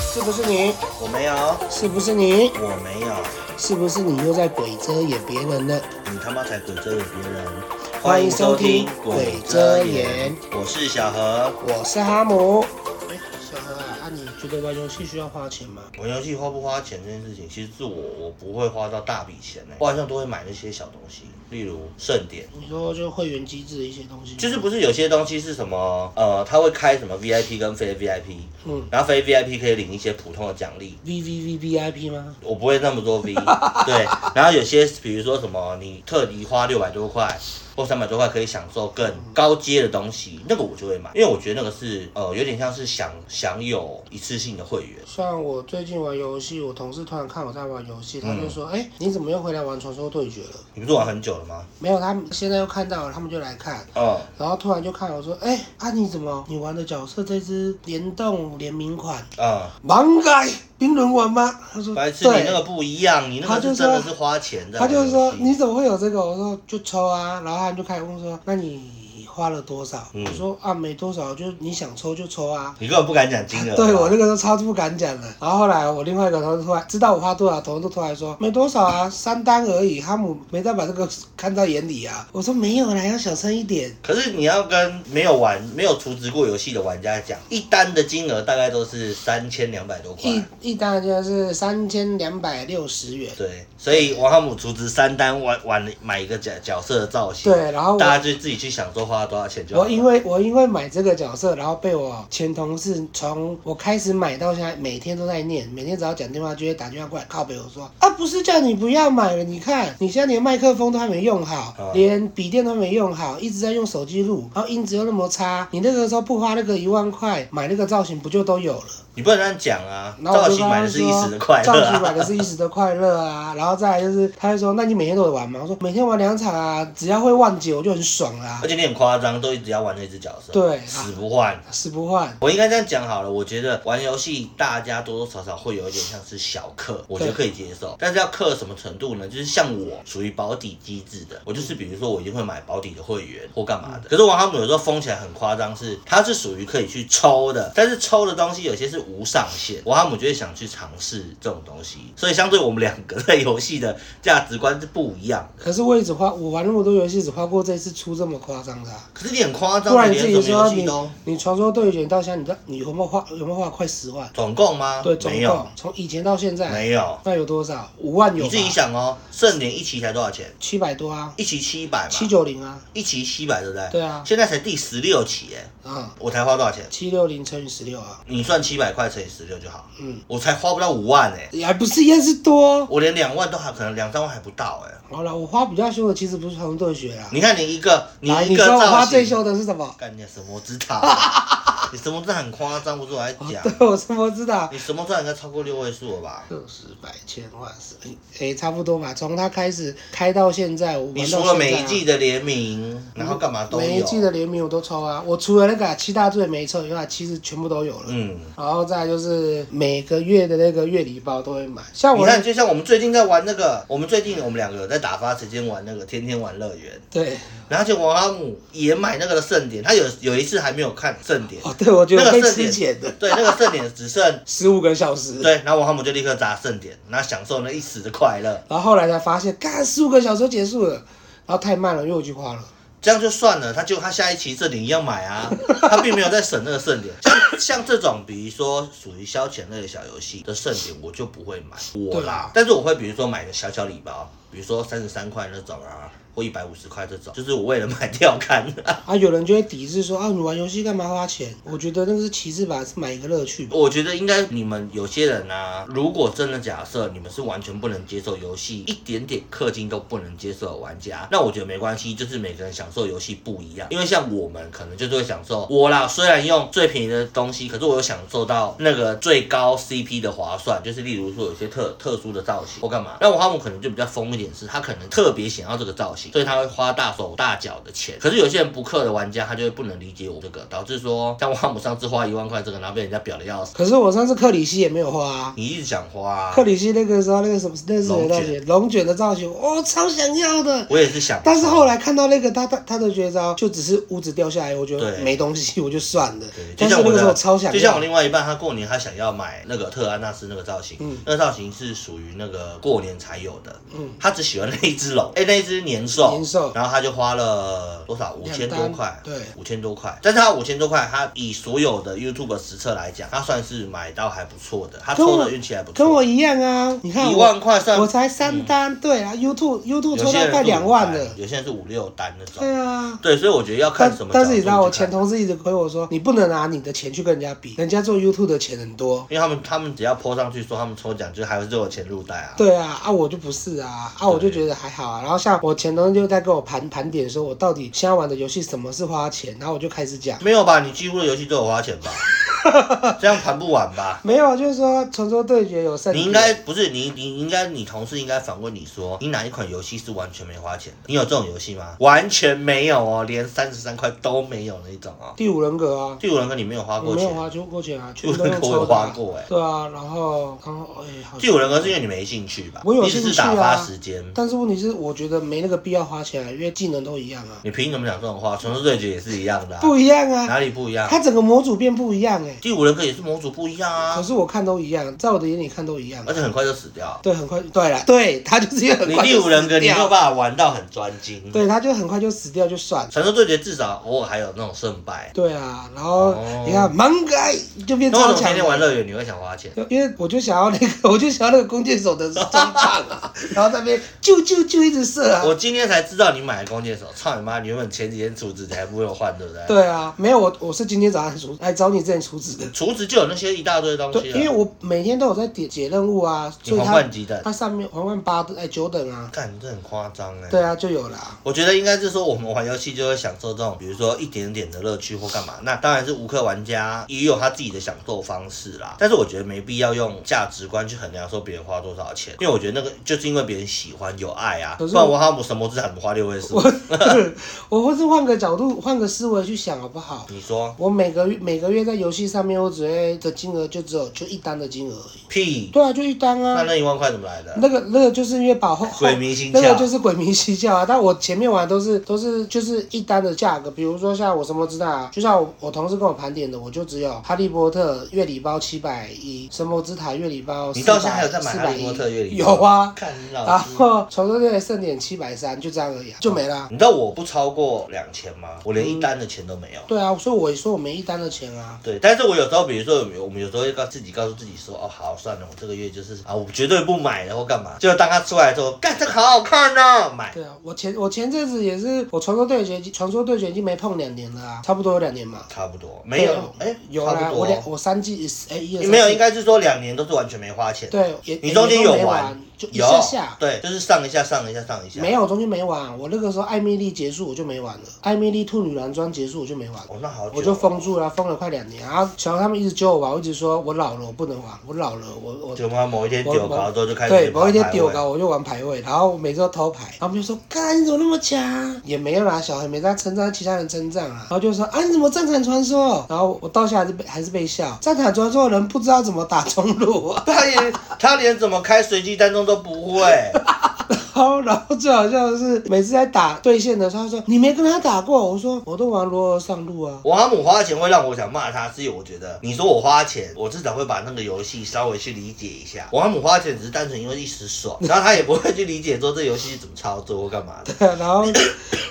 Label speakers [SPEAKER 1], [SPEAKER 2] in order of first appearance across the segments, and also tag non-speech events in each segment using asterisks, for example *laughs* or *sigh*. [SPEAKER 1] 是不是你？
[SPEAKER 2] 我没有，
[SPEAKER 1] 是不是你？
[SPEAKER 2] 我没有，
[SPEAKER 1] 是不是你又在鬼遮掩别人了？
[SPEAKER 2] 你他妈才鬼遮眼别人！
[SPEAKER 1] 欢迎收听鬼遮眼，
[SPEAKER 2] 我是小何。
[SPEAKER 1] 我是哈姆。哎，小何啊，啊你觉得玩游戏需要花钱吗？
[SPEAKER 2] 玩游戏花不花钱这件事情，其实是我我不会花到大笔钱呢、我好像都会买那些小东西，例如盛典。
[SPEAKER 1] 你说就会员机制的一些东西，
[SPEAKER 2] 就是不是有些东西是什么？呃，他会开什么 VIP 跟非 VIP，
[SPEAKER 1] 嗯
[SPEAKER 2] 然后非 VIP 可以领一些普通的奖励，
[SPEAKER 1] V V V V I P 吗？
[SPEAKER 2] 我不会那么多
[SPEAKER 1] *laughs*
[SPEAKER 2] V，对。然后有些比如说什么，你特地花六百多块或三百多块可以享受更高阶的东西，那个我就会买，因为我觉得那个是呃有点像是享享有一次性的会员。
[SPEAKER 1] 像我最近玩游戏，我同事突然看我在玩游戏，他就说：“哎、你怎么又回来玩《传说对决》了
[SPEAKER 2] 你不是玩很久了吗？？”
[SPEAKER 1] 没有，他们现在又看到了，他们就来看。
[SPEAKER 2] 嗯，
[SPEAKER 1] 然后突然就看我说：“哎、啊你怎么你玩的角色这只联动联名款
[SPEAKER 2] 嗯，
[SPEAKER 1] 盲改冰轮玩吗？”他说：“
[SPEAKER 2] 白痴，你
[SPEAKER 1] 对
[SPEAKER 2] 那个不一样，你那个
[SPEAKER 1] 他就是说
[SPEAKER 2] 真的是花钱的。
[SPEAKER 1] 他就说你怎么会有这个？我说就抽啊，然后他就开始问说，那你花了多少？
[SPEAKER 2] 嗯
[SPEAKER 1] 我说啊没多少，就你想抽就抽啊。
[SPEAKER 2] 你根本不敢讲金
[SPEAKER 1] *laughs*
[SPEAKER 2] 额。
[SPEAKER 1] 对我那个时候超不敢讲的，然后后来我另外一个同事突然知道我花多少，同事就突然说没多少啊，三单而已，哈姆没再把这个看在眼里啊。我说没有啦，要小声一点。
[SPEAKER 2] 可是你要跟没有玩、没有充值过游戏的玩家讲，一单的金额大概都是三千两百多块。
[SPEAKER 1] 一一单就是三千两百六十元，
[SPEAKER 2] 对，所以王哈姆出资三单玩玩了买一个角角色的造型，
[SPEAKER 1] 对，然后我
[SPEAKER 2] 大家就自己去想说花了多少钱就好
[SPEAKER 1] 我
[SPEAKER 2] 了。
[SPEAKER 1] 因为我因为买这个角色，然后被我前同事从我开始买到现在，每天都在念，每天只要讲电话就会打电话过来靠北我说啊，不是叫你不要买了，你看你现在连麦克风都还没用好，
[SPEAKER 2] 啊
[SPEAKER 1] 连笔电都没用好，一直在用手机录，然后音质又那么差，你那个时候不花那个一万块买那个造型不就都有了？
[SPEAKER 2] 你不能这样讲啊，
[SPEAKER 1] 然后我
[SPEAKER 2] 造
[SPEAKER 1] 就
[SPEAKER 2] 型
[SPEAKER 1] 跟
[SPEAKER 2] 买
[SPEAKER 1] 他
[SPEAKER 2] 的是一时的
[SPEAKER 1] 说，
[SPEAKER 2] 快
[SPEAKER 1] 造
[SPEAKER 2] 乐
[SPEAKER 1] 型买的
[SPEAKER 2] 啊。
[SPEAKER 1] 是一时的快乐啊，然后再来就是他就说，那你每天都有玩吗？我说每天玩两场啊，只要会忘记我就很爽啊啦、
[SPEAKER 2] *laughs* 而且你很夸张，都一直要玩那只角色，
[SPEAKER 1] 对啊
[SPEAKER 2] 死不换。
[SPEAKER 1] 死不换。
[SPEAKER 2] 我应该这样讲好了，我觉得玩游戏大家多多少少会有一点像是小氪，我觉得可以接受。但是要氪什么程度呢？就是像我属于保底机制的，我就是比如说我一定会买保底的会员或干嘛
[SPEAKER 1] 嗯
[SPEAKER 2] 的。可是王哈姆有时候疯起来很夸张，是它是属于可以去抽的，但是抽的东西有些是无上限，王哈姆就会想去尝试这种东西，所以相对我们两个在游戏的价值观是不一样的。
[SPEAKER 1] 可是我也只花，我玩那么多游戏，只花过这一次出这么夸张的啊、
[SPEAKER 2] 可是你很夸张，
[SPEAKER 1] 不然你
[SPEAKER 2] 连
[SPEAKER 1] 自
[SPEAKER 2] 什么
[SPEAKER 1] 己
[SPEAKER 2] 游
[SPEAKER 1] 说
[SPEAKER 2] 戏
[SPEAKER 1] 你
[SPEAKER 2] 都
[SPEAKER 1] 你传说对决到现在，你的你有没有花有没有花快十万？
[SPEAKER 2] 总共吗？
[SPEAKER 1] 对，总
[SPEAKER 2] 啊没有
[SPEAKER 1] 共，从以前到现在，
[SPEAKER 2] 没有。
[SPEAKER 1] 那有多少？五万有
[SPEAKER 2] 你
[SPEAKER 1] 吧
[SPEAKER 2] 自？己想哦，盛典一期才多少钱？
[SPEAKER 1] 七百多啊，
[SPEAKER 2] 一期七百嘛，
[SPEAKER 1] 七九零啊，
[SPEAKER 2] 一期七百对不对？
[SPEAKER 1] 对啊
[SPEAKER 2] 现在才第十六期哎，
[SPEAKER 1] 啊、
[SPEAKER 2] 我才花多少钱？
[SPEAKER 1] 七六零乘以十六啊，
[SPEAKER 2] 你算七百块乘以十六就好，
[SPEAKER 1] 嗯，
[SPEAKER 2] 我才花不到五万哎，
[SPEAKER 1] 也还不是一样是多。
[SPEAKER 2] 我连两万都还可能两三万还不到哎。
[SPEAKER 1] 好了，我花比较凶的其实不是传说对决啊，
[SPEAKER 2] 你看你一个你
[SPEAKER 1] 来，
[SPEAKER 2] 一
[SPEAKER 1] 你
[SPEAKER 2] 个
[SPEAKER 1] 说我
[SPEAKER 2] 造
[SPEAKER 1] 花最
[SPEAKER 2] 型，
[SPEAKER 1] 凶的是什么？
[SPEAKER 2] 干你什么之塔啊？ *laughs* 你什么之塔很夸张，不是我在讲，
[SPEAKER 1] *laughs* 对，我怎么知道？
[SPEAKER 2] 你什么之塔应该超过六位数了吧？
[SPEAKER 1] 六十百千万十，哎、哎差不多吧。从他开始开到现在，我玩到
[SPEAKER 2] 你
[SPEAKER 1] 现在、
[SPEAKER 2] 除
[SPEAKER 1] 啊。
[SPEAKER 2] 了每一季的联名，然后干嘛都
[SPEAKER 1] 每一
[SPEAKER 2] 有，
[SPEAKER 1] 季的联名我都抽啊，我除了那个七大罪没抽以外，其实全部都有了。
[SPEAKER 2] 嗯。
[SPEAKER 1] 然后再来就是每个月的那个月礼包都会买，像
[SPEAKER 2] 你
[SPEAKER 1] 我
[SPEAKER 2] 看，就像我们最近在玩那个，我们最近我们两个有在打发时间玩那个天天玩乐园，
[SPEAKER 1] 对
[SPEAKER 2] 然后就王阿姆也买那个的盛典，他有有一次还没有看盛典，
[SPEAKER 1] 哦，对我觉得
[SPEAKER 2] 那
[SPEAKER 1] 被
[SPEAKER 2] 个盛
[SPEAKER 1] 吃
[SPEAKER 2] 典
[SPEAKER 1] 钱的，
[SPEAKER 2] 对，那个盛典
[SPEAKER 1] *laughs*
[SPEAKER 2] 只剩
[SPEAKER 1] 十五个小时。
[SPEAKER 2] 对，然后王阿姆就立刻砸盛典，然后享受那一时的快乐，
[SPEAKER 1] 然后后来才发现，干十五个小时就结束了，然后太慢了，因为我去花了。
[SPEAKER 2] 这样就算了，他就他下一期盛典一样买啊， *laughs* 他并没有在省那个盛典，像像这种比如说属于消遣类的小游戏的盛典，我就不会买我啦，但是我会比如说买个小小礼包，比如说三十三块那种啊。或一百五十块这种，就是我为了买钓竿、
[SPEAKER 1] 啊，有人就会抵制说啊，你玩游戏干嘛花钱？我觉得那个是其次吧，是买一个乐趣吧。
[SPEAKER 2] 我觉得应该你们有些人啊，如果真的假设你们是完全不能接受游戏一点点氪金都不能接受的玩家，那我觉得没关系，就是每个人享受游戏不一样。因为像我们可能就是会享受我啦，虽然用最便宜的东西，可是我有享受到那个最高 CP 的划算，就是例如说有些特特殊的造型或干嘛。那我他们可能就比较疯一一点是，他可能特别想要这个造型，所以他会花大手大脚的钱。可是有些人不氪的玩家，他就会不能理解我这个，导致说像我姆上次花一万块这个，然后被人家表的要死。
[SPEAKER 1] 可是我上次克里希也没有花、啊，
[SPEAKER 2] 你一直想花、啊
[SPEAKER 1] 克，里希那个时候那个什么那是谁的造
[SPEAKER 2] 龙
[SPEAKER 1] 型，龙卷的造型，我、超想要的。
[SPEAKER 2] 我也是想花，
[SPEAKER 1] 但是后来看到那个他他他的绝招，就只是屋子掉下来，我觉得
[SPEAKER 2] 对
[SPEAKER 1] 没东西，我就算了。
[SPEAKER 2] 对，就
[SPEAKER 1] 但是
[SPEAKER 2] 像
[SPEAKER 1] 那
[SPEAKER 2] 我
[SPEAKER 1] 个时候
[SPEAKER 2] 的，
[SPEAKER 1] 超想要，
[SPEAKER 2] 就像我另外一半，他过年他想要买那个特安纳斯那个造型，
[SPEAKER 1] 嗯
[SPEAKER 2] 那个造型是属于那个过年才有的，
[SPEAKER 1] 嗯
[SPEAKER 2] 他只喜欢那一只龙，哎、那一只年兽，
[SPEAKER 1] 年兽
[SPEAKER 2] 然后他就花了多少？五千多块，
[SPEAKER 1] 对
[SPEAKER 2] 五千多块。但是他五千多块，他以所有的 YouTube 实测来讲，他算是买到还不错的，他
[SPEAKER 1] 跟
[SPEAKER 2] 抽
[SPEAKER 1] 我
[SPEAKER 2] 的运气还不错，
[SPEAKER 1] 跟我一样啊。你看
[SPEAKER 2] 一
[SPEAKER 1] 我
[SPEAKER 2] 万块算
[SPEAKER 1] 我才三单，对啊，YouTube YouTube
[SPEAKER 2] 有
[SPEAKER 1] 抽到
[SPEAKER 2] 些人
[SPEAKER 1] 快
[SPEAKER 2] 是
[SPEAKER 1] 两
[SPEAKER 2] 五
[SPEAKER 1] 万
[SPEAKER 2] 单
[SPEAKER 1] 了，
[SPEAKER 2] 有些人是五六单那种，
[SPEAKER 1] 对啊。
[SPEAKER 2] 对，所以我觉得要看
[SPEAKER 1] 但
[SPEAKER 2] 什么角度去看。
[SPEAKER 1] 但是你知道，我前同事一直亏我说，你不能拿你的钱去跟人家比，人家做 YouTube 的钱很多。
[SPEAKER 2] 因为他们他们只要泼上去说他们抽奖，就是还是都有钱入袋啊。
[SPEAKER 1] 对啊，啊我就不是啊，啊我就
[SPEAKER 2] 对
[SPEAKER 1] 觉得还好啊。然后像我前同事就在跟我盘盘点，说我到底现在玩的游戏什么是花钱，然后我就开始讲，
[SPEAKER 2] 没有吧？你几乎的游戏都有花钱吧？ *laughs* 这样盘不完吧？
[SPEAKER 1] 没有，就是说传说对决有胜啊
[SPEAKER 2] 你
[SPEAKER 1] 点，
[SPEAKER 2] 应该不是你，你应该你同事应该反问你说，你哪一款游戏是完全没花钱的？你有这种游戏吗？完全没有哦，连三十三块都没有那一种哦。
[SPEAKER 1] 第五人格啊。
[SPEAKER 2] 第五人格你没有花
[SPEAKER 1] 我
[SPEAKER 2] 过
[SPEAKER 1] 没有
[SPEAKER 2] 钱，
[SPEAKER 1] 花过钱
[SPEAKER 2] *laughs*
[SPEAKER 1] 啊，
[SPEAKER 2] 第
[SPEAKER 1] 全
[SPEAKER 2] 五
[SPEAKER 1] 部都用
[SPEAKER 2] 人格我有
[SPEAKER 1] 抽的
[SPEAKER 2] 花
[SPEAKER 1] 啊。
[SPEAKER 2] 过哎、嗯
[SPEAKER 1] 对啊，然后然后哎，好
[SPEAKER 2] 第五人格是因为你没兴趣吧？
[SPEAKER 1] 我有
[SPEAKER 2] 你只
[SPEAKER 1] 兴
[SPEAKER 2] 是
[SPEAKER 1] 趣啊
[SPEAKER 2] 打发时间。
[SPEAKER 1] 但是问题是，我觉得没那个必要花钱啊，因为技能都一样啊，
[SPEAKER 2] 你凭什么讲这种话？《传说对决》也是一样的、啊，
[SPEAKER 1] 不一样啊，
[SPEAKER 2] 哪里不一样？
[SPEAKER 1] 它整个模组变不一样哎、
[SPEAKER 2] 第五人格也是模组不一样
[SPEAKER 1] 可
[SPEAKER 2] 啊，
[SPEAKER 1] 是我看都一样，在我的眼里看都一样
[SPEAKER 2] 而。且很快就死掉。
[SPEAKER 1] 对，很快，对了，对，他就是因为很
[SPEAKER 2] 嗯你
[SPEAKER 1] 快
[SPEAKER 2] 第
[SPEAKER 1] 就
[SPEAKER 2] 五人格
[SPEAKER 1] 死
[SPEAKER 2] 你没有
[SPEAKER 1] 掉，
[SPEAKER 2] 办法玩到很专精。
[SPEAKER 1] 对，他就很快就死掉就算了。
[SPEAKER 2] 传说对决至少偶尔还有那种胜败。
[SPEAKER 1] 对啊，然后
[SPEAKER 2] 哦
[SPEAKER 1] 你看盲改就变
[SPEAKER 2] 那为什
[SPEAKER 1] 超
[SPEAKER 2] 么
[SPEAKER 1] 强
[SPEAKER 2] 天天玩
[SPEAKER 1] 了。
[SPEAKER 2] 乐园你会想花钱？
[SPEAKER 1] 就因为我就想要那个， *laughs* 我就想要那个弓箭手的装扮啊，然后在那边啾啾啾一直射啊。
[SPEAKER 2] 我今天才知道你买了弓箭手，操你妈！你原本前几天储值才不会有换，对不对？。
[SPEAKER 1] 对啊，没有我，我是今天早上出来找你之前出纸的。
[SPEAKER 2] 储值就有那些一大堆东
[SPEAKER 1] 对，
[SPEAKER 2] 西
[SPEAKER 1] 因为
[SPEAKER 2] 了。
[SPEAKER 1] 我每天都有在解解任务啊，
[SPEAKER 2] 啊你
[SPEAKER 1] 所以
[SPEAKER 2] 皇
[SPEAKER 1] 它
[SPEAKER 2] 冠级的，
[SPEAKER 1] 它上面皇冠八等哎九等啊，
[SPEAKER 2] 干，你这很夸张哎。
[SPEAKER 1] 对。啊就有啦。 *laughs*
[SPEAKER 2] 我觉得应该是说，我们玩游戏就会享受这种，比如说一点点的乐趣或干嘛。那当然是无氪玩家也有他自己的享受方式啦。但是我觉得没必要用价值观去衡量说别人花多少钱，因为我觉得那个就是因为别人喜欢有爱啊。
[SPEAKER 1] 可
[SPEAKER 2] 不
[SPEAKER 1] 是
[SPEAKER 2] 然我哈姆什么资产花六位数？
[SPEAKER 1] 我或是换个角度，换个思维去想好不好？
[SPEAKER 2] 你说
[SPEAKER 1] 我每个月每个月在游戏上面，我只会的金额就只有就一单的金额而已。
[SPEAKER 2] 屁？
[SPEAKER 1] 对啊，就一单
[SPEAKER 2] 那
[SPEAKER 1] 啊。
[SPEAKER 2] 那一万块怎么来的？
[SPEAKER 1] 那个那个就是因为把后后
[SPEAKER 2] 鬼迷心窍
[SPEAKER 1] 那个就是鬼迷心窍啊！但我前面玩都是都是就是一单的价格，比如说像我什么之塔，就像我我同事跟我盘点的，我就只有哈利波特月礼包七百一，神魔之塔月礼包400，
[SPEAKER 2] 你到现在还有在买
[SPEAKER 1] 410
[SPEAKER 2] 哈利波特月历吗？
[SPEAKER 1] 有啊，
[SPEAKER 2] 看你
[SPEAKER 1] 然
[SPEAKER 2] 老师。
[SPEAKER 1] 后传说对盛典七百三，就这样而
[SPEAKER 2] 哦
[SPEAKER 1] 已、啊，就没了啊。
[SPEAKER 2] 你知道我不超过两千吗？我连一单的钱都没有。
[SPEAKER 1] 对啊，所以我也说我没一单的钱啊。
[SPEAKER 2] 对，但是我有时候，比如说，我们有时候会告自己告诉自己说，哦，好，算了，我这个月就是啊，我绝对不买了或干嘛。就当它出来之后，干这个好好看哦，买。
[SPEAKER 1] 对啊，我前我前阵子也是，我传说对决已经传说对决已经没碰两年了啊，差不多有两年嘛。
[SPEAKER 2] 差不多，没有，哎、
[SPEAKER 1] 对有
[SPEAKER 2] 差
[SPEAKER 1] 啦，
[SPEAKER 2] 不
[SPEAKER 1] 我两
[SPEAKER 2] 多，
[SPEAKER 1] 我三季哎一二
[SPEAKER 2] 你
[SPEAKER 1] 三
[SPEAKER 2] 没有，
[SPEAKER 1] 四
[SPEAKER 2] 应该是说两年都是完全没花钱。
[SPEAKER 1] 对，也
[SPEAKER 2] 你中间
[SPEAKER 1] 也都
[SPEAKER 2] 有
[SPEAKER 1] 没
[SPEAKER 2] 玩
[SPEAKER 1] 玩，就一
[SPEAKER 2] 有
[SPEAKER 1] 下下。
[SPEAKER 2] 对，就是上一下，上一下，上一下。
[SPEAKER 1] 没有，中间没玩。我那个时候艾米丽结束我就没玩了，艾米丽兔女郎装结束我就没玩了，
[SPEAKER 2] 哦，那好久哦，
[SPEAKER 1] 我就封住了，封了快两年。然后小王他们一直揪我玩，我一直说我老了，我不能玩，我老了，我我
[SPEAKER 2] 就妈某一天丢高之后就开始
[SPEAKER 1] 对，某一天
[SPEAKER 2] 排
[SPEAKER 1] 丢
[SPEAKER 2] 位
[SPEAKER 1] 高，我就玩排位，然后我每次都偷排，然后他们就说：“干，你怎么那么强？”也没有啦，小孩没在称赞其他人称赞啊，然后就说：“啊，你怎么战场传说？”然后我到现在还是被还是被笑，战场传说的人不知道怎么打中路啊。 *laughs*
[SPEAKER 2] 他连他连怎么开随机单中都不会，
[SPEAKER 1] 然后，然后最好笑的是，每次在打对线的时候，他说：“你没跟他打过。”我说：“我都玩罗尔上路啊。 *laughs*
[SPEAKER 2] 我阿姆花钱会让我想骂他，是因为我觉得你说我花钱，我至少会把那个游戏稍微去理解一下。我阿姆花钱只是单纯因为一时爽，然后他也不会去理解说这游戏是怎么操作或干嘛的。”
[SPEAKER 1] 然后，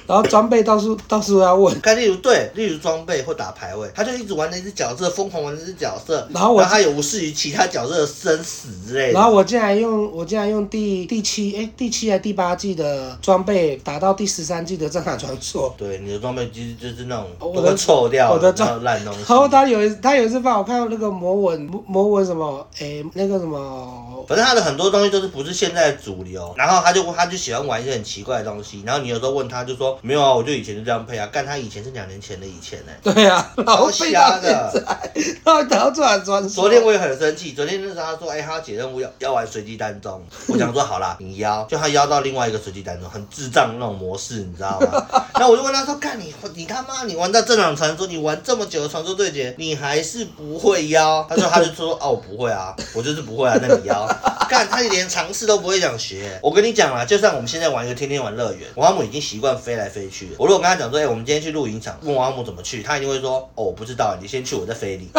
[SPEAKER 1] 然后装备到处到处要问，
[SPEAKER 2] 看，例如对，例如装备或打排位，他就一直玩那只角色，疯狂玩那只角色，
[SPEAKER 1] 然后我
[SPEAKER 2] 他也无视于其他角色的生死之类的。
[SPEAKER 1] 然后我竟然用我竟然用第第七哎第七还第八季的装备打到第十三季的战塔传
[SPEAKER 2] *laughs*
[SPEAKER 1] 说。
[SPEAKER 2] 对你的装备其实就是那种
[SPEAKER 1] 我
[SPEAKER 2] 都
[SPEAKER 1] 的
[SPEAKER 2] 会臭掉
[SPEAKER 1] 我的
[SPEAKER 2] 然
[SPEAKER 1] 装
[SPEAKER 2] 后烂东西。
[SPEAKER 1] 然后他有一他有一次帮我看到那个魔纹魔魔纹什么哎那个什么
[SPEAKER 2] 反正他的很多东西都是不是现在的主流，然后他就他就喜欢玩一些很奇怪的东西，然后你有时候问他就说说没有啊，我就以前就这样配啊，干他以前是两年前的以前呢、
[SPEAKER 1] 对啊，然后
[SPEAKER 2] 超
[SPEAKER 1] 被
[SPEAKER 2] 瞎
[SPEAKER 1] 到
[SPEAKER 2] 的
[SPEAKER 1] 现在，然后到突然专
[SPEAKER 2] 昨天我也很生气，昨天那时候他说，哎、他要解任务要要玩随机单中，我想说好啦，你邀，就他邀到另外一个随机单中，很智障那种模式，你知道吗？那我就问他说，干你你他妈你玩到正常传说，你玩这么久的传说对决，你还是不会邀？他说他就说哦我不会啊，我就是不会啊，那你邀？干他连尝试都不会想学，我跟你讲啦，就算我们现在玩一个天天玩乐园，王阿姆已经习惯飞来飞去了。我如果跟他讲说，哎、我们今天去露营场，问王阿姆怎么去，他一定会说，哦我不知道，你先去，我再飞你。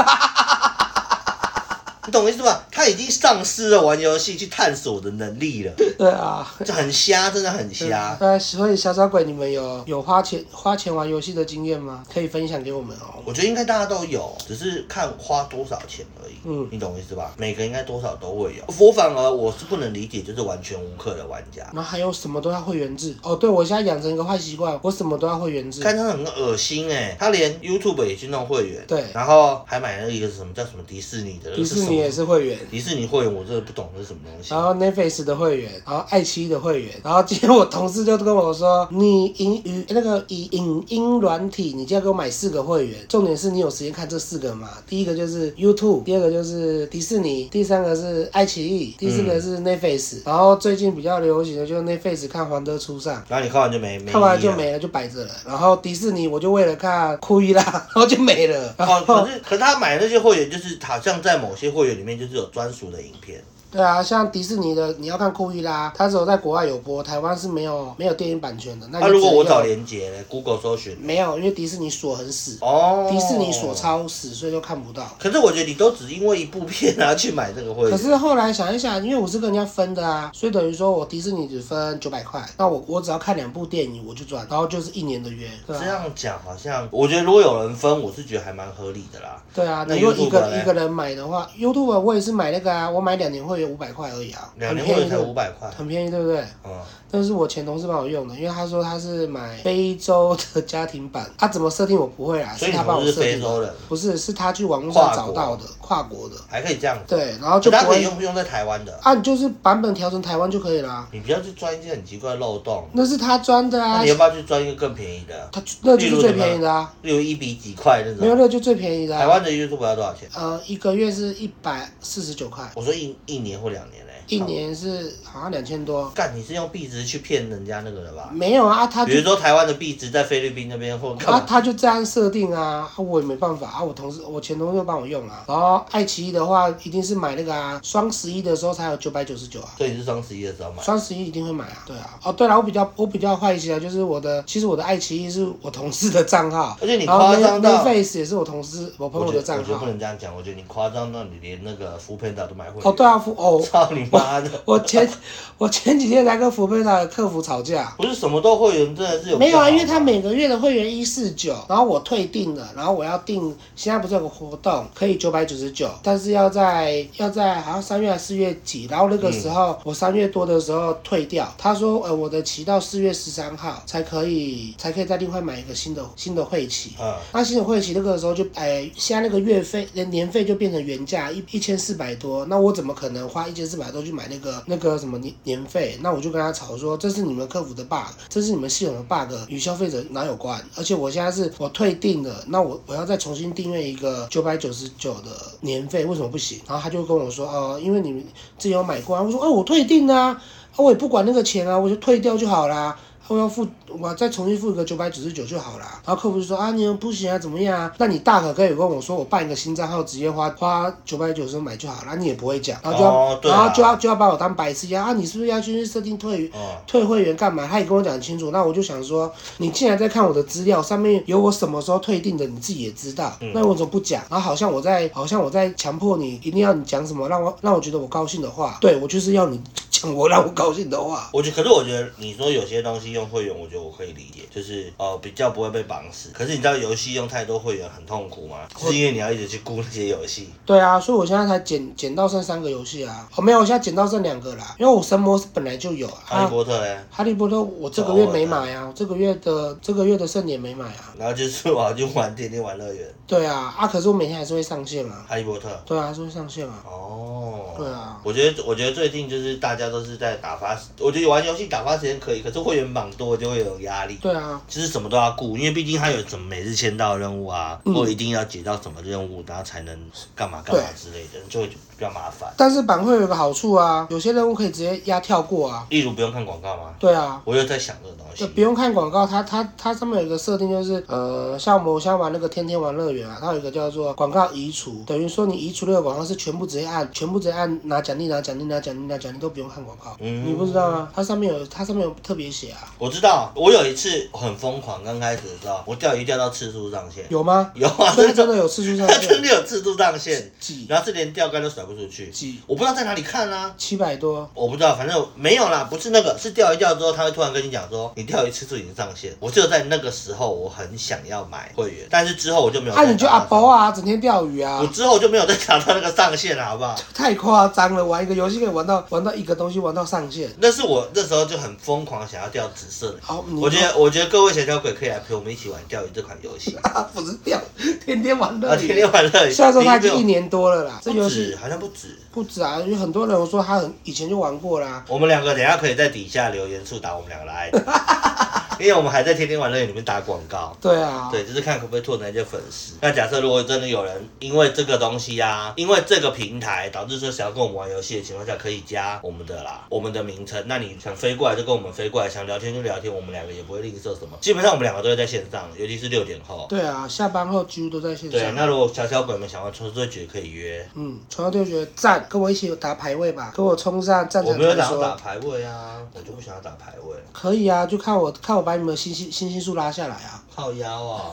[SPEAKER 2] 你懂我意思吧？他已经丧失了玩游戏去探索的能力了，
[SPEAKER 1] 对啊。
[SPEAKER 2] 这很瞎，真的很瞎。
[SPEAKER 1] 呃，所以小小鬼，你们有有花钱花钱玩游戏的经验吗？可以分享给我们哦。
[SPEAKER 2] 我觉得应该大家都有，只是看花多少钱而已。
[SPEAKER 1] 嗯
[SPEAKER 2] 你懂我意思吧？每个应该多少都会有。我反而我是不能理解，就是完全无氪的玩家，
[SPEAKER 1] 然后还有什么都要会员制哦。对，我现在养成一个坏习惯，我什么都要会员制。
[SPEAKER 2] 看他很恶心哎、他连 YouTube 也去弄会员，
[SPEAKER 1] 对
[SPEAKER 2] 然后还买了一个什么叫什么迪士尼的，
[SPEAKER 1] 迪士尼也
[SPEAKER 2] 是什
[SPEAKER 1] 是
[SPEAKER 2] 么
[SPEAKER 1] 啊会员，
[SPEAKER 2] 迪士尼会员，我真的不懂这是什么东西
[SPEAKER 1] 然。后 Netflix 的会员，然后爱奇艺的会员，然后今天我同事就跟我说，你影语那个以影音软体，你就要给我买四个会员。重点是你有时间看这四个吗？第一个就是 YouTube，第二个就是迪士尼，第三个是爱奇艺，第四
[SPEAKER 2] 嗯
[SPEAKER 1] 个是 Netflix、然后最近比较流行的就是 Netflix 看《还德初上》。
[SPEAKER 2] 然后你看完就没没
[SPEAKER 1] 看完
[SPEAKER 2] 意义
[SPEAKER 1] 就
[SPEAKER 2] 了
[SPEAKER 1] 没了，就摆着了。然后迪士尼我就为了看库伊拉，然后就没了。然
[SPEAKER 2] 哦，
[SPEAKER 1] 后 *laughs*
[SPEAKER 2] 可是可是他买的那些会员，就是好像在某些会员里面就是有专属的影片，
[SPEAKER 1] 对啊，像迪士尼的你要看库伊拉，它只有在国外有播，台湾是没有没有电影版权的。那
[SPEAKER 2] 那、
[SPEAKER 1] 你
[SPEAKER 2] 啊如果
[SPEAKER 1] 只能
[SPEAKER 2] 我找
[SPEAKER 1] 用
[SPEAKER 2] 连接呢，Google 搜寻
[SPEAKER 1] 没有，因为迪士尼锁很死，
[SPEAKER 2] 哦，
[SPEAKER 1] 迪士尼锁。超死，所以就看不到。
[SPEAKER 2] 可是我觉得你都只因为一部片然后去买这个会
[SPEAKER 1] 可
[SPEAKER 2] 员，
[SPEAKER 1] 是后来想一想，因为我是跟人家分的啊，所以等于说我迪士尼只分九百块，那我我只要看两部电影我就赚，然后就是一年的约。对
[SPEAKER 2] 这
[SPEAKER 1] 啊，
[SPEAKER 2] 样讲好像我觉得如果有人分，我是觉得还蛮合理的啦。
[SPEAKER 1] 对啊，
[SPEAKER 2] 那
[SPEAKER 1] 你如果一
[SPEAKER 2] YouTube
[SPEAKER 1] 个
[SPEAKER 2] 呢
[SPEAKER 1] 一个人买的话，YouTube 我也是买那个啊，我买两年会员五百块而已啊，
[SPEAKER 2] 两
[SPEAKER 1] 很
[SPEAKER 2] 年会
[SPEAKER 1] 便
[SPEAKER 2] 员
[SPEAKER 1] 宜
[SPEAKER 2] 才
[SPEAKER 1] 的，
[SPEAKER 2] 五百块，
[SPEAKER 1] 很便宜，对不对？
[SPEAKER 2] 嗯，
[SPEAKER 1] 但是我前同事帮我用的，因为他说他是买非洲的家庭版， *laughs* 他、怎么设定我不会啦，啊
[SPEAKER 2] 所以
[SPEAKER 1] 是
[SPEAKER 2] 你
[SPEAKER 1] 他帮
[SPEAKER 2] 同
[SPEAKER 1] 我
[SPEAKER 2] 事是
[SPEAKER 1] 设定
[SPEAKER 2] 非洲
[SPEAKER 1] 的，
[SPEAKER 2] 人，
[SPEAKER 1] 不是，是他去网络
[SPEAKER 2] 跨
[SPEAKER 1] 上
[SPEAKER 2] 国
[SPEAKER 1] 找到的，跨国的，
[SPEAKER 2] 还可以这样，
[SPEAKER 1] 对，然后就
[SPEAKER 2] 就
[SPEAKER 1] 不
[SPEAKER 2] 他可以
[SPEAKER 1] 会
[SPEAKER 2] 用用在台湾的，
[SPEAKER 1] 啊，你就是版本调成台湾就可以啦，
[SPEAKER 2] 你不要去钻一些很奇怪的漏洞，
[SPEAKER 1] 那是他钻的
[SPEAKER 2] 那
[SPEAKER 1] 啊
[SPEAKER 2] 你，要不要去钻一个更便宜的，
[SPEAKER 1] 他那就是最便宜的啊，
[SPEAKER 2] 例如一比几块那
[SPEAKER 1] 没有
[SPEAKER 2] 种？
[SPEAKER 1] 那就最便宜的、
[SPEAKER 2] 台
[SPEAKER 1] 啊，
[SPEAKER 2] 湾的 YouTube 要多少钱？
[SPEAKER 1] 呃，一个月是一百四十九块，
[SPEAKER 2] 我说一一年或两年嘞、
[SPEAKER 1] 一年是好像两千多，
[SPEAKER 2] 干，你是用币值去骗人家那个的吧？
[SPEAKER 1] 没有啊，啊他
[SPEAKER 2] 比如
[SPEAKER 1] 就
[SPEAKER 2] 说台湾的币值在菲律宾那边或干
[SPEAKER 1] 啊
[SPEAKER 2] 嘛？
[SPEAKER 1] 他就这样设定啊，啊我也没办法啊，我同事我前同事就帮我用啊，然后爱奇艺的话一定是买那个啊，双十一的时候才有九百九十九啊。
[SPEAKER 2] 所以你是双十一的时候买，
[SPEAKER 1] 双十一一定会买啊，对啊，哦对了，我比较我比较坏一些啊，就是我的，其实我的爱奇艺是我同事的账号，
[SPEAKER 2] 而且你
[SPEAKER 1] 然后
[SPEAKER 2] 夸张
[SPEAKER 1] Net-
[SPEAKER 2] 到，
[SPEAKER 1] Netflix 也是我同事我朋
[SPEAKER 2] 我
[SPEAKER 1] 友
[SPEAKER 2] 觉得
[SPEAKER 1] 的
[SPEAKER 2] 我
[SPEAKER 1] 账
[SPEAKER 2] 觉得不
[SPEAKER 1] 号。
[SPEAKER 2] 能这样讲，我觉得你夸张到你连那个福佩达都买会员。
[SPEAKER 1] 哦，对啊，福哦，
[SPEAKER 2] 操你妈的！
[SPEAKER 1] 我前 *laughs* 我前几天才跟福贝达的客服吵架。
[SPEAKER 2] 不是什么都会员，真的是有
[SPEAKER 1] 没有啊，
[SPEAKER 2] 比较好吗
[SPEAKER 1] 因为他每个月的会员一四九，然后我退订了，然后我要订，现在不是有个活动可以九百九十九，但是要在要在好像三月还是四月几，然后那个时
[SPEAKER 2] 嗯
[SPEAKER 1] 候、我三月多的时候退掉，他说呃我的期到四月十三号才可以才可以再另外买一个新的新的会期。
[SPEAKER 2] 嗯，
[SPEAKER 1] 那新的会期那个时候就，哎，现在那个月费、呃年费就变成原价一一千四百多，那我怎么可能花一千四百多去买那个那个什么年年费？那我就跟他吵说，这是你们客服的 bug，这是你们系统的 bug，与消费者哪有关？而且我现在是我退订了，那我我要再重新订阅一个九百九十九的年费，为什么不行？然后他就跟我说，哦、因为你们之前有买过啊。我说，哦，我退订啦、啊，我也不管那个钱啊，我就退掉就好啦。我要付，我再重新付一个九百九十九就好啦。然后客服就说啊，你们不行啊，怎么样啊？那你大可可以跟我说，我办一个新账号，直接花花九百九十买就好了。你也不会讲，然后就要，
[SPEAKER 2] 哦对啊
[SPEAKER 1] 然后就要就要把我当白痴一样啊！你是不是要去设定退
[SPEAKER 2] 哦，
[SPEAKER 1] 退会员干嘛？他也跟我讲清楚，那我就想说，你既然在看我的资料，上面有我什么时候退订的，你自己也知道，
[SPEAKER 2] 嗯
[SPEAKER 1] 那我怎么不讲？然后好像我在，好像我在强迫你一定要你讲什么，让我让我觉得我高兴的话，对我就是要你讲我让我高兴的话。
[SPEAKER 2] 我觉可是我觉得你说有些东西用会员，我觉得我可以理解，就是呃比较不会被绑死。可是你知道游戏用太多会员很痛苦吗？是因为你要一直去顾那些游戏。
[SPEAKER 1] 对啊，所以我现在才减减到剩三个游戏啊，哦没有，我现在减到剩两个啦，因为我神魔本来就有啊，
[SPEAKER 2] 哈利波特哦嘞，
[SPEAKER 1] 哈利波特我这个月没买啊，我这个月的这个月的盛典没买啊，
[SPEAKER 2] 然后就是我要去玩天天玩乐园，
[SPEAKER 1] 对啊，啊可是我每天还是会上线啊，
[SPEAKER 2] 哈利波特。
[SPEAKER 1] 对啊，还是会上线啊，
[SPEAKER 2] 哦，
[SPEAKER 1] 对啊
[SPEAKER 2] 我觉得我觉得最近就是大家都是在打发，我觉得玩游戏打发时间可以，可是会员绑绑多就会有压力。
[SPEAKER 1] 对啊，
[SPEAKER 2] 就是什么都要顾，因为毕竟他有什么每日签到的任务啊，
[SPEAKER 1] 嗯
[SPEAKER 2] 或一定要解到什么任务，啊然后才能干嘛干嘛之类的，就会比较麻烦。
[SPEAKER 1] 但是板会有个好处啊，有些任务可以直接压跳过啊。
[SPEAKER 2] 例如不用看广告吗？
[SPEAKER 1] 对啊，
[SPEAKER 2] 我又在想这个东西
[SPEAKER 1] 就。不用看广告，它它它上面有一个设定就是，呃，像我们像玩那个天天玩乐园啊，它有一个叫做广告移除，等于说你移除那个广告是全部直接按，全部直接按拿奖励拿奖励拿奖励拿奖励都不用看广告，
[SPEAKER 2] 嗯
[SPEAKER 1] 你不知道吗？它上面有它上面有特别写啊，
[SPEAKER 2] 我知道，我有一次很疯狂，刚开始的时候，我钓鱼钓到次数上限，
[SPEAKER 1] 有吗？
[SPEAKER 2] 有啊，
[SPEAKER 1] 所以
[SPEAKER 2] 真
[SPEAKER 1] 真
[SPEAKER 2] 的，
[SPEAKER 1] 的有次数上
[SPEAKER 2] 它 *laughs* 真
[SPEAKER 1] 限，
[SPEAKER 2] 的有次数上限，
[SPEAKER 1] 几
[SPEAKER 2] 然后是连钓竿都甩不出去，
[SPEAKER 1] 几
[SPEAKER 2] 我不知道在哪里看啊。
[SPEAKER 1] 七百多，
[SPEAKER 2] 我不知道，反正没有啦，不是那个，是钓一钓之后，他会突然跟你讲说，你钓鱼次数已经上线。我只有在那个时候，我很想要买会员，但是之后我就没有。
[SPEAKER 1] 啊你就阿包！啊，整天钓鱼啊
[SPEAKER 2] 我，之后就没有再达到那个上限了，好不好？
[SPEAKER 1] 太夸张了，玩一个游戏可以玩到玩到一个东西玩到上限，
[SPEAKER 2] 那是我那时候就很疯狂想要钓紫色的。
[SPEAKER 1] 好，你
[SPEAKER 2] 我觉得，我觉得各位小小鬼可以啊来陪我们一起玩钓鱼这款游戏。
[SPEAKER 1] *laughs* 不是钓，天天玩乐
[SPEAKER 2] 啊，天
[SPEAKER 1] 园，
[SPEAKER 2] *laughs* 天玩乐，
[SPEAKER 1] 虽然说它已经一
[SPEAKER 2] 你有没有
[SPEAKER 1] 年多了啦，这游
[SPEAKER 2] 不
[SPEAKER 1] 戏。
[SPEAKER 2] 止，好像不止。
[SPEAKER 1] 不止啊，因为很多人说他很以前就玩过啦。
[SPEAKER 2] 我们两个等一下可以在底下留言处打我们两个的 ID，
[SPEAKER 1] *laughs*
[SPEAKER 2] 因为我们还在天天玩乐园里面打广告。
[SPEAKER 1] 对啊，
[SPEAKER 2] 对，就是看可不可以拓展一些粉丝。那假设如果真的有人因为这个东西啊，因为这个平台导致说想要跟我们玩游戏的情况下，可以加我们的啦，我们的名称。那你想飞过来就跟我们飞过来，想聊天就聊天，我们两个也不会吝啬什么。基本上我们两个都会在线上，尤其是六点后。
[SPEAKER 1] 对啊，下班后几乎都在线
[SPEAKER 2] 对，
[SPEAKER 1] 上。
[SPEAKER 2] 那如果小小鬼们想玩冲刺局可以约，
[SPEAKER 1] 嗯，传到对决赞，跟我一起打排位吧，跟我冲上战
[SPEAKER 2] 我
[SPEAKER 1] 场
[SPEAKER 2] 没有想
[SPEAKER 1] 传
[SPEAKER 2] 要打
[SPEAKER 1] 说。
[SPEAKER 2] 排位啊，我就不想要打排位。
[SPEAKER 1] 可以啊，就看我看我把你们的星星星星数拉下来啊。
[SPEAKER 2] 靠腰啊！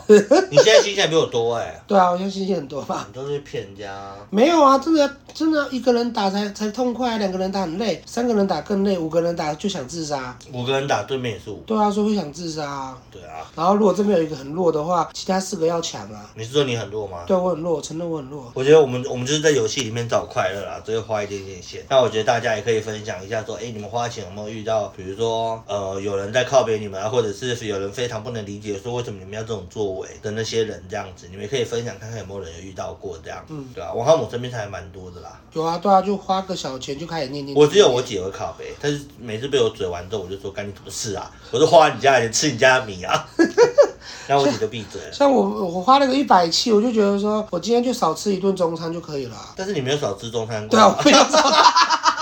[SPEAKER 2] 你现在心情还比我多哎、 *laughs*
[SPEAKER 1] 对啊，我现在星星很多吧？
[SPEAKER 2] 你都是骗人家。
[SPEAKER 1] 没有啊，真的要真的要一个人打才才痛快，两个人打很累，三个人打更累，五个人打就想自杀。
[SPEAKER 2] 五个人打对面也是五，
[SPEAKER 1] 对啊，说会想自杀、啊。
[SPEAKER 2] 对啊。
[SPEAKER 1] 然后如果这边有一个很弱的话，其他四个要抢啊。
[SPEAKER 2] 你是说你很弱吗？
[SPEAKER 1] 对我很弱，我承认我很弱。
[SPEAKER 2] 我觉得我们我们就是在游戏里面找快乐啦，所以花一点点钱。那我觉得大家也可以分享一下说，哎，你们花钱有没有遇到，比如说呃有人在靠边你们啊，或者是有人非常不能理解说为什么你们要这种作为的那些人这样子，你们也可以分享看看有没有人有遇到过这样，嗯，对啊，王浩姆身边还蛮多的啦。
[SPEAKER 1] 有啊，对啊，就花个小钱就开始念念。
[SPEAKER 2] 我只有我姐会靠背，但是每次被我嘴完之后，我就说干你什么事啊？我就花你家的钱吃你家的米啊， *laughs* 然后我姐就闭嘴了。
[SPEAKER 1] 像我我花了个一百七，我就觉得说我今天就少吃一顿中餐就可以了啊。
[SPEAKER 2] 但是你没有少吃中餐过
[SPEAKER 1] 对啊，
[SPEAKER 2] 啊，
[SPEAKER 1] 我没有少， *laughs*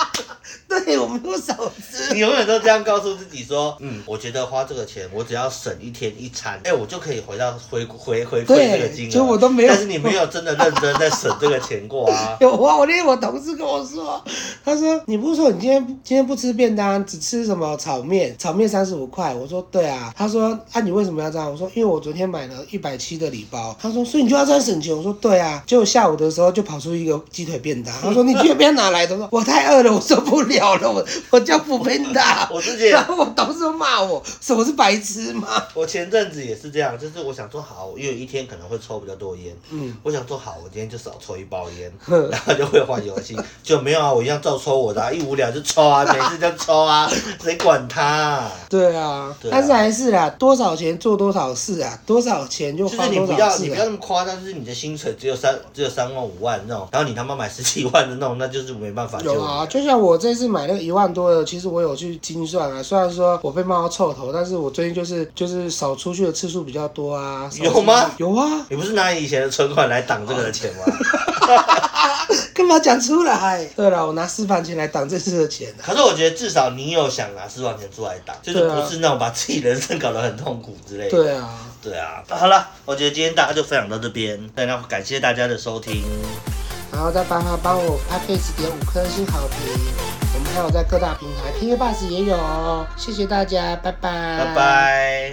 [SPEAKER 1] 对我没有少吃。
[SPEAKER 2] *laughs* 你永远都这样告诉自己说，嗯，我觉得花这个钱，我只要省一天一餐，哎、我就可以回到回回回馈这个金
[SPEAKER 1] 对
[SPEAKER 2] 额。
[SPEAKER 1] 就我都没有。
[SPEAKER 2] 但是你没有真的认真在省这个钱过啊
[SPEAKER 1] *laughs* 有啊，我那天我同事跟我说，他说你不是说你今天今天不吃便当，只吃什么炒面？炒面三十五块。我说对啊。他说啊，你为什么要这样？我说因为我昨天买了一百七的礼包。他说所以你就要这样省钱。我说对啊。结果下午的时候就跑出一个鸡腿便当。他说你鸡腿便当哪来的？我说我太饿了，我受不了了，我我叫不便当。
[SPEAKER 2] *laughs* 我自己也
[SPEAKER 1] *laughs* 然后我同事骂我，什么是白痴吗？ *laughs*
[SPEAKER 2] 我前阵子也是这样，就是我想说好，因为有一天可能会抽比较多烟，
[SPEAKER 1] 嗯，
[SPEAKER 2] 我想说好，我今天就少抽一包烟，
[SPEAKER 1] 啊
[SPEAKER 2] 然后就会换游戏，就没有啊，我一样照抽我的、啊，一无聊就抽啊，每次就抽啊，谁管他、啊？
[SPEAKER 1] 对啊，
[SPEAKER 2] 对啊
[SPEAKER 1] 但是还是啦，多少钱做多少事啊，多少钱就
[SPEAKER 2] 就
[SPEAKER 1] 花
[SPEAKER 2] 是你
[SPEAKER 1] 多
[SPEAKER 2] 不
[SPEAKER 1] 少
[SPEAKER 2] 要你
[SPEAKER 1] 事
[SPEAKER 2] 不
[SPEAKER 1] 啊
[SPEAKER 2] 要那。么夸张，就是你的薪水只有三只有三万五万那种，然后你他妈买十几万的那种，那就是没办法救
[SPEAKER 1] 有
[SPEAKER 2] 你
[SPEAKER 1] 啊，就像我这次买那个一万多的，其实我有去精算啊。虽然说我被骂到臭头，但是我最近就是就是少出去的次数比较多啊。少出去
[SPEAKER 2] 有吗？
[SPEAKER 1] 有啊， *laughs*
[SPEAKER 2] 你不是拿你以前的存款来挡这个的钱吗？ *laughs*
[SPEAKER 1] 干嘛讲出来？对了，我拿私房钱来挡这次的钱啊。
[SPEAKER 2] 可是我觉得至少你有想拿私房钱出来挡，就是
[SPEAKER 1] 对啊
[SPEAKER 2] 不是那种把自己人生搞得很痛苦之类的。
[SPEAKER 1] 对啊，
[SPEAKER 2] 对啊，好了，我觉得今天大家就分享到这边，对，那感谢大家的收听，
[SPEAKER 1] 然后再帮他帮我 p a c k a g e 点五颗星好评，我们还有在各大平台 k k b u s 也有哦。谢谢大家，拜拜，
[SPEAKER 2] 拜。拜。